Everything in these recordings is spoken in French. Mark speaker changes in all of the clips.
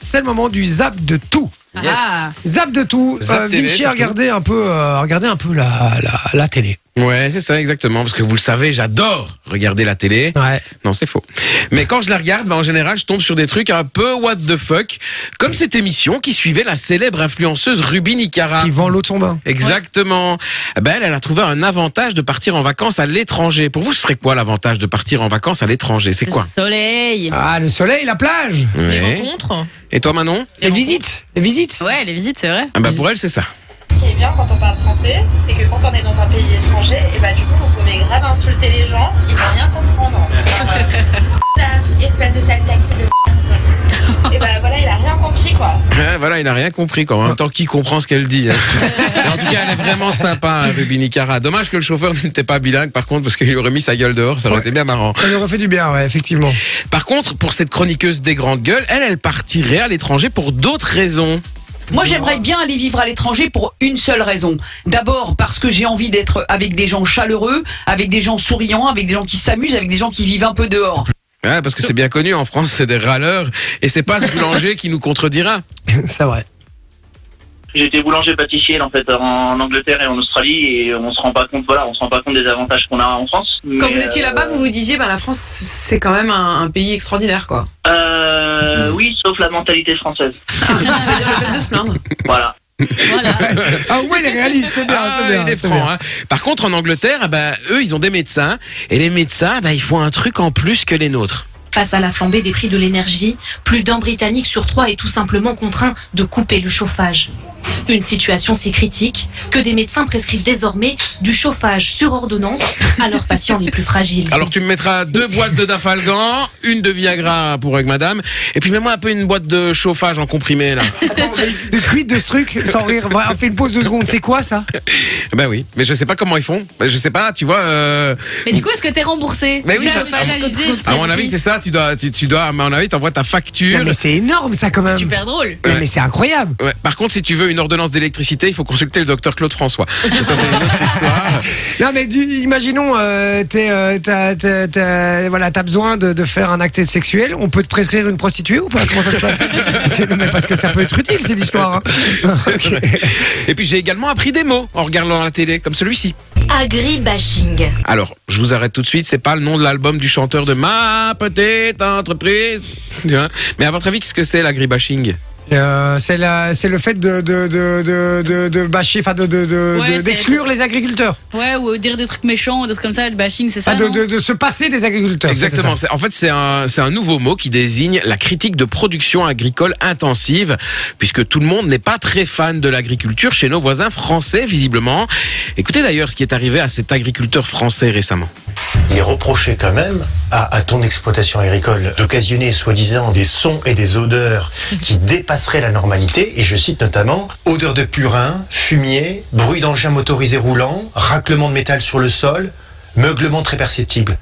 Speaker 1: c'est le moment du zap de tout.
Speaker 2: Yes.
Speaker 3: Ah,
Speaker 1: Zap de tout.
Speaker 2: Zap
Speaker 1: Euh,
Speaker 2: télé,
Speaker 1: Vinci
Speaker 2: surtout.
Speaker 1: a regardé un peu, euh, regardé un peu la, la, la télé.
Speaker 2: Ouais, c'est ça, exactement. Parce que vous le savez, j'adore regarder la télé.
Speaker 1: Ouais.
Speaker 2: Non, c'est faux. Mais quand je la regarde, bah, en général, je tombe sur des trucs un peu what the fuck. Comme cette émission qui suivait la célèbre influenceuse Ruby Nicara.
Speaker 1: Qui vend l'eau de son bain.
Speaker 2: Exactement. Eh Ben, elle, elle a trouvé un avantage de partir en vacances à l'étranger. Pour vous, ce serait quoi l'avantage de partir en vacances à l'étranger C'est
Speaker 3: le
Speaker 2: quoi
Speaker 3: soleil,
Speaker 1: Ah, le soleil, la plage.
Speaker 3: les
Speaker 2: Ouais.
Speaker 3: rencontres.
Speaker 2: Et toi, Manon
Speaker 1: Les visites. Les visites.
Speaker 3: Ouais, les visites, c'est vrai.
Speaker 2: Ah, bah, Pour elle, c'est ça.
Speaker 4: Ce qui est bien quand on parle français, c'est que quand on est dans un pays étranger, et bah du coup vous pouvez grave insulter les gens, ils vont rien comprendre. Genre, euh, espèce de sale taxe, le Et bah voilà, il a rien compris quoi.
Speaker 2: Ouais, voilà, il n'a rien compris quoi. En même temps, qui comprend ce qu'elle dit hein Mais En tout cas, elle est vraiment sympa, hein, Ruby Nicara. Dommage que le chauffeur n'était pas bilingue, par contre, parce qu'il lui aurait mis sa gueule dehors, ça aurait été bien marrant.
Speaker 1: Ça lui refait du bien, ouais, effectivement.
Speaker 2: Par contre, pour cette chroniqueuse des grandes gueules, elle, elle partirait à l'étranger pour d'autres raisons.
Speaker 5: Moi, j'aimerais bien aller vivre à l'étranger pour une seule raison. D'abord, parce que j'ai envie d'être avec des gens chaleureux, avec des gens souriants, avec des gens qui s'amusent, avec des gens qui vivent un peu dehors.
Speaker 2: Ouais, parce que c'est bien connu, en France, c'est des râleurs, et c'est pas ce boulanger qui nous contredira.
Speaker 1: c'est vrai.
Speaker 6: J'étais boulanger pâtissier en fait en Angleterre et en Australie et on se rend pas compte voilà on se rend pas compte des avantages qu'on a en France.
Speaker 7: Quand
Speaker 6: Mais,
Speaker 7: vous étiez
Speaker 6: euh,
Speaker 7: là-bas, vous vous disiez, bah, la France, c'est quand même un, un pays extraordinaire, quoi.
Speaker 6: euh, oui sauf la mentalité française.
Speaker 8: Ah.
Speaker 7: C'est-à-dire le fait de se plaindre.
Speaker 6: Voilà.
Speaker 3: Voilà.
Speaker 1: Ah, au moins, il est réaliste, c'est bien,
Speaker 2: Ah,
Speaker 1: c'est bien.
Speaker 2: il est
Speaker 1: c'est
Speaker 2: franc,
Speaker 1: bien.
Speaker 2: hein. Par contre, en Angleterre, eh ben, eux, ils ont des médecins, et les médecins, ben, ils font un truc en plus que les nôtres.
Speaker 9: Face à la flambée des prix de l'énergie, plus d'un Britannique sur trois est tout simplement contraint de couper le chauffage. Une situation si critique que des médecins prescrivent désormais du chauffage sur ordonnance à leurs patients les plus fragiles.
Speaker 2: Alors tu me mettras deux boîtes de Dafalgan, une de Viagra pour avec madame, et puis mets-moi un peu une boîte de chauffage en comprimé là.
Speaker 1: Attends,
Speaker 2: hein.
Speaker 1: mais de ce tweet, de ce truc, sans rire. Voilà, on fait une pause deux secondes. C'est quoi ça
Speaker 2: ben oui, mais je sais pas comment ils font. Ben, Je sais pas, tu vois. euh,
Speaker 3: Mais du coup, est-ce que t'es remboursé
Speaker 2: Mais oui, ça-
Speaker 3: pas la idée.
Speaker 2: À mon avis, c'est ça. Tu dois, tu, tu dois. À mon avis, t'envoies ta facture.
Speaker 1: Non, mais c'est énorme ça quand même.
Speaker 3: super drôle.
Speaker 1: Non, mais c'est incroyable.
Speaker 2: Ouais, Par contre, si tu veux une ordonnance d'électricité, il faut consulter le docteur Claude François. Ça, ça, c'est une autre histoire.
Speaker 1: Non mais du- imaginons, euh, t'es, euh, t'as, t'as- t'as- voilà, t'as besoin de, de faire un acte sexuel. On peut te prescrire une prostituée ou pas Comment ça se passe Parce que- non, mais parce que ça peut être utile cette histoire. hein. Ok.
Speaker 2: Et puis j'ai également appris des mots en regardant la télé, comme celui-ci.
Speaker 9: Agribashing.
Speaker 2: Alors, je vous arrête tout de suite. C'est pas le nom de l'album du chanteur de ma petite entreprise. Tu vois Mais à votre avis, qu'est-ce que c'est l'agribashing
Speaker 1: Euh, c'est la, c'est le fait de de de de de, de bâcher, enfin de de, de-
Speaker 3: Ouais,
Speaker 1: de-
Speaker 3: c'est-
Speaker 1: d'exclure les agriculteurs,
Speaker 3: Ouais, ou dire des trucs méchants, ou des trucs comme ça, le bashing, c'est ça.
Speaker 1: Enfin, de,
Speaker 3: Ah non
Speaker 1: de de se passer des agriculteurs.
Speaker 2: Exactement. C'est- En fait, c'est un, c'est un nouveau mot qui désigne la critique de production agricole intensive, puisque tout le monde n'est pas très fan de l'agriculture chez nos voisins français, visiblement. Écoutez d'ailleurs ce qui est arrivé à cet agriculteur français récemment.
Speaker 10: Il est reproché quand même à, à ton exploitation agricole d'occasionner soi-disant des sons et des odeurs qui dépasseraient la normalité. Et je cite notamment odeur de purin, fumier, bruit d'engins motorisés roulant, raclement de métal sur le sol, meuglement très perceptible.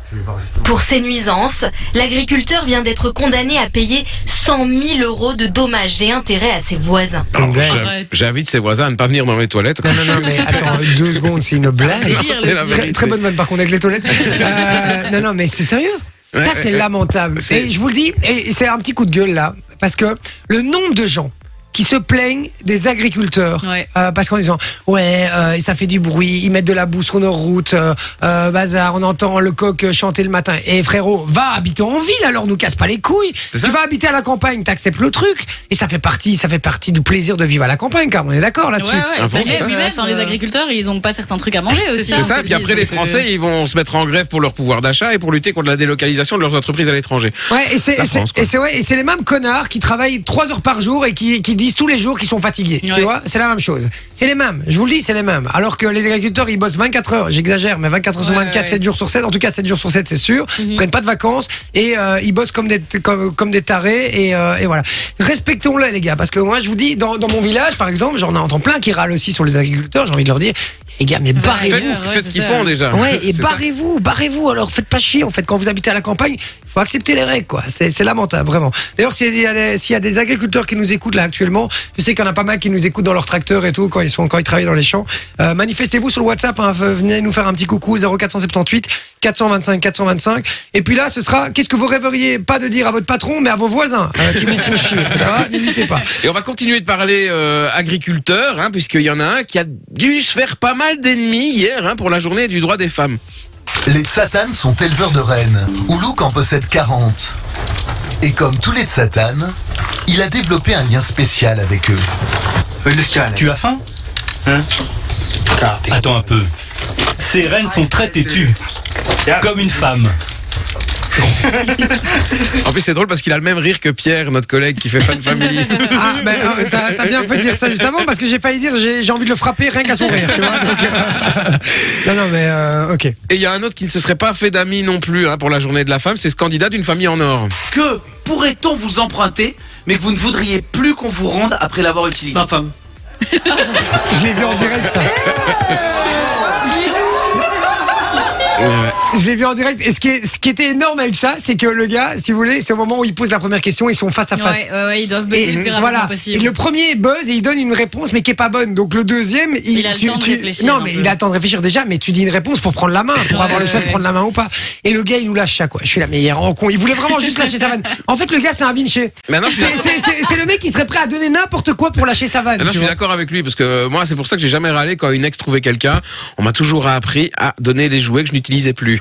Speaker 9: Pour ces nuisances, l'agriculteur vient d'être condamné à payer 100 000 euros de dommages et intérêts à ses voisins.
Speaker 1: C'est ça. Une blague.
Speaker 3: Arrête.
Speaker 2: J'invite ses voisins à ne pas venir dans les toilettes.
Speaker 1: Non, non, non, mais Eh, attends, deux secondes, c'est une blague.
Speaker 3: délire,
Speaker 2: C'est la
Speaker 1: Très,
Speaker 2: vérité.
Speaker 1: très bonne vanne par contre avec les toilettes. Euh, non, non, mais c'est sérieux.
Speaker 2: Ouais,
Speaker 1: ça, c'est
Speaker 2: ouais,
Speaker 1: lamentable.
Speaker 2: c'est-
Speaker 1: Et je vous le dis, et c'est un petit coup de gueule là, parce que le nombre de gens qui se plaignent des agriculteurs.
Speaker 3: Ouais.
Speaker 1: euh, parce qu'en disant ouais euh, et ça fait du bruit ils mettent de la boue sur nos routes euh, euh, bazar on entend le coq chanter le matin et frérot va habiter en ville alors nous casse pas les couilles
Speaker 2: C'est
Speaker 1: tu
Speaker 2: ça.
Speaker 1: vas habiter à la campagne t'acceptes le truc et ça fait partie ça fait partie du plaisir de vivre à la campagne car on est d'accord
Speaker 3: Ouais,
Speaker 1: là-dessus
Speaker 3: ouais,
Speaker 2: Ah bon,
Speaker 3: bah,
Speaker 2: c'est
Speaker 3: eh,
Speaker 2: ça
Speaker 3: puis même, sans les agriculteurs, ils ont pas certains trucs à manger aussi. hein.
Speaker 2: C'est ça, puis après les Français, ils vont se mettre en grève pour leur pouvoir d'achat et pour lutter contre la délocalisation de leurs entreprises à l'étranger.
Speaker 1: Ouais, et c'est
Speaker 2: La
Speaker 1: et c'est-
Speaker 2: France, quoi.
Speaker 1: et c'est ouais, et c'est les mêmes connards qui travaillent 3 heures par jour et qui, qui disent tous les jours qu'ils sont fatigués. Tu
Speaker 3: Ouais.
Speaker 1: vois, c'est la même chose. C'est les mêmes, je vous le dis, c'est les mêmes. Alors que les agriculteurs, ils bossent 24 heures, j'exagère, mais 24 heures sur
Speaker 3: Ouais,
Speaker 1: 24,
Speaker 3: ouais. Mhm.
Speaker 1: 7 jours sur 7, en tout cas 7 jours sur 7, c'est sûr. Ils prennent pas de vacances et euh, ils bossent comme des, comme, comme des tarés et, euh, et voilà. Respectons-les, les gars, parce que moi, je vous dis, dans, dans mon village, par exemple, j'en entends plein qui râlent aussi sur les agriculteurs, j'ai envie de leur dire, les gars, mais barrez-vous.
Speaker 2: Faites,
Speaker 3: ouais,
Speaker 2: faites
Speaker 3: c'est
Speaker 2: ce qu'ils
Speaker 3: ça.
Speaker 2: font déjà.
Speaker 1: Ouais, et
Speaker 2: C'est ça.
Speaker 1: barrez-vous, barrez-vous. Alors, faites pas chier, en fait, quand vous habitez à la campagne, faut accepter les règles, quoi. C'est c'est lamentable, vraiment. D'ailleurs, s'il y, a des- s'il y a des agriculteurs qui nous écoutent là actuellement, je sais qu'il y en a pas mal qui nous écoutent dans leur tracteur et tout quand ils sont quand ils travaillent dans les champs. Euh, manifestez-vous sur le WhatsApp, hein, v- venez nous faire un petit coucou 0478 425 425. Et puis là, ce sera qu'est-ce que vous rêveriez pas de dire à votre patron, mais à vos voisins euh, qui vous font chier. Ça va N'hésitez pas.
Speaker 2: Et on va continuer de parler euh, agriculteurs, hein, puisqu'il y en a un qui a dû se faire pas mal d'ennemis hier hein, pour la journée du droit des femmes.
Speaker 11: Les tsatanes sont éleveurs de rennes. Oulouk en possède 40. Et comme tous les tsatanes, il a développé un lien spécial avec eux.
Speaker 12: Tu as faim Hein Attends un peu. Ces rennes sont très têtues. Comme une femme.
Speaker 2: En plus, c'est drôle parce qu'il a le même rire que Pierre, notre collègue qui fait fan family.
Speaker 1: Ah, ben, euh, t'as t'as bien fait de dire ça juste avant parce que j'ai failli dire j'ai j'ai envie de le frapper rien qu'à son rire, tu vois. donc, euh, non, non, mais euh, ok.
Speaker 2: Et il y a un autre qui ne se serait pas fait d'amis non plus hein, pour la journée de la femme, c'est ce candidat d'une famille en or.
Speaker 13: Que pourrait-on vous emprunter, mais que vous ne voudriez plus qu'on vous rende après l'avoir utilisé
Speaker 6: Bah,
Speaker 13: Ma femme.
Speaker 1: Je l'ai vu en direct, ça. Je l'ai vu en direct. Et ce qui, est- ce qui était énorme avec ça, c'est que le gars, si vous voulez, c'est au moment où il pose la première question, ils sont face à face.
Speaker 3: Ouais, ouais, ouais, ils doivent buzzer
Speaker 1: Et
Speaker 3: le plus rapidement
Speaker 1: voilà.
Speaker 3: possible.
Speaker 1: Et le premier buzz et il donne une réponse mais qui est pas bonne. Donc le deuxième, il,
Speaker 3: Il a le temps de réfléchir
Speaker 1: Non
Speaker 3: un
Speaker 1: mais
Speaker 3: peu.
Speaker 1: il a le temps de réfléchir déjà. Mais tu dis une réponse pour prendre la main, pour avoir le choix de prendre la main ou pas. Et le gars, il nous lâche ça quoi. Je suis la meilleure en con. Il voulait vraiment juste lâcher sa vanne. En fait, le gars, c'est un vinché.
Speaker 2: Maintenant, je suis
Speaker 1: C'est- C'est c'est- c'est le mec qui serait prêt à donner n'importe quoi pour lâcher sa vanne.
Speaker 2: Ah non,
Speaker 1: tu
Speaker 2: je suis
Speaker 1: vois.
Speaker 2: d'accord avec lui parce que euh, moi, c'est pour ça que j'ai jamais râlé quand une ex trouvait quelqu'un. On m'a toujours appris à donner les jouets que je n'utilisais plus.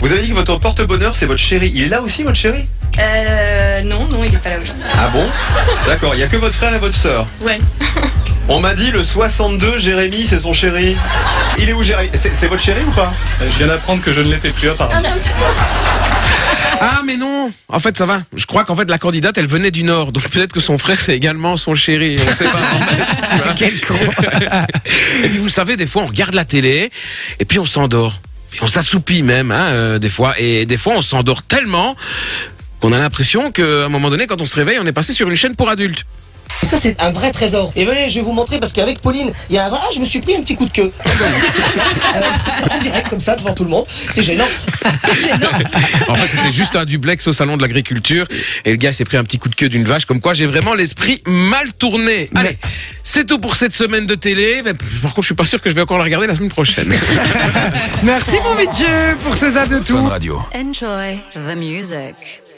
Speaker 14: Vous avez dit que votre porte-bonheur, c'est votre chéri. Il est là aussi, votre chéri
Speaker 8: Euh, non, non, il est pas là aujourd'hui.
Speaker 14: Ah bon D'accord, il n'y a que votre frère et votre sœur.
Speaker 8: Ouais.
Speaker 14: On m'a dit le 62, Jérémy, c'est son chéri. Il est où, Jérémy C'est c'est votre chéri ou pas
Speaker 12: Je viens d'apprendre que je ne l'étais plus apparemment.
Speaker 2: Ah mais non, en fait ça va. Je crois qu'en fait la candidate elle venait du nord, donc peut-être que son frère c'est également son chéri. On sait pas. en fait, tu vois.
Speaker 1: Quel con.
Speaker 2: et puis vous le savez, des fois on regarde la télé et puis on s'endort. Et on s'assoupit même, hein, euh, des fois. Et des fois on s'endort tellement qu'on a l'impression qu'à un moment donné, quand on se réveille, on est passé sur une chaîne pour adultes.
Speaker 15: Ça, c'est un vrai trésor. Et venez, je vais vous montrer parce qu'avec Pauline, il y a un... Ah, je me suis pris un petit coup de queue. Euh, en direct, comme ça, devant tout le monde. C'est gênant.
Speaker 2: En fait, c'était juste un duplex au salon de l'agriculture. Et le gars s'est pris un petit coup de queue d'une vache. Comme quoi, j'ai vraiment l'esprit mal tourné. Allez, c'est tout pour cette semaine de télé. Mais, pff, par contre, je suis pas sûr que je vais encore la regarder la semaine prochaine.
Speaker 1: Merci mon Dieu pour ces abs de tout.
Speaker 16: Enjoy the music.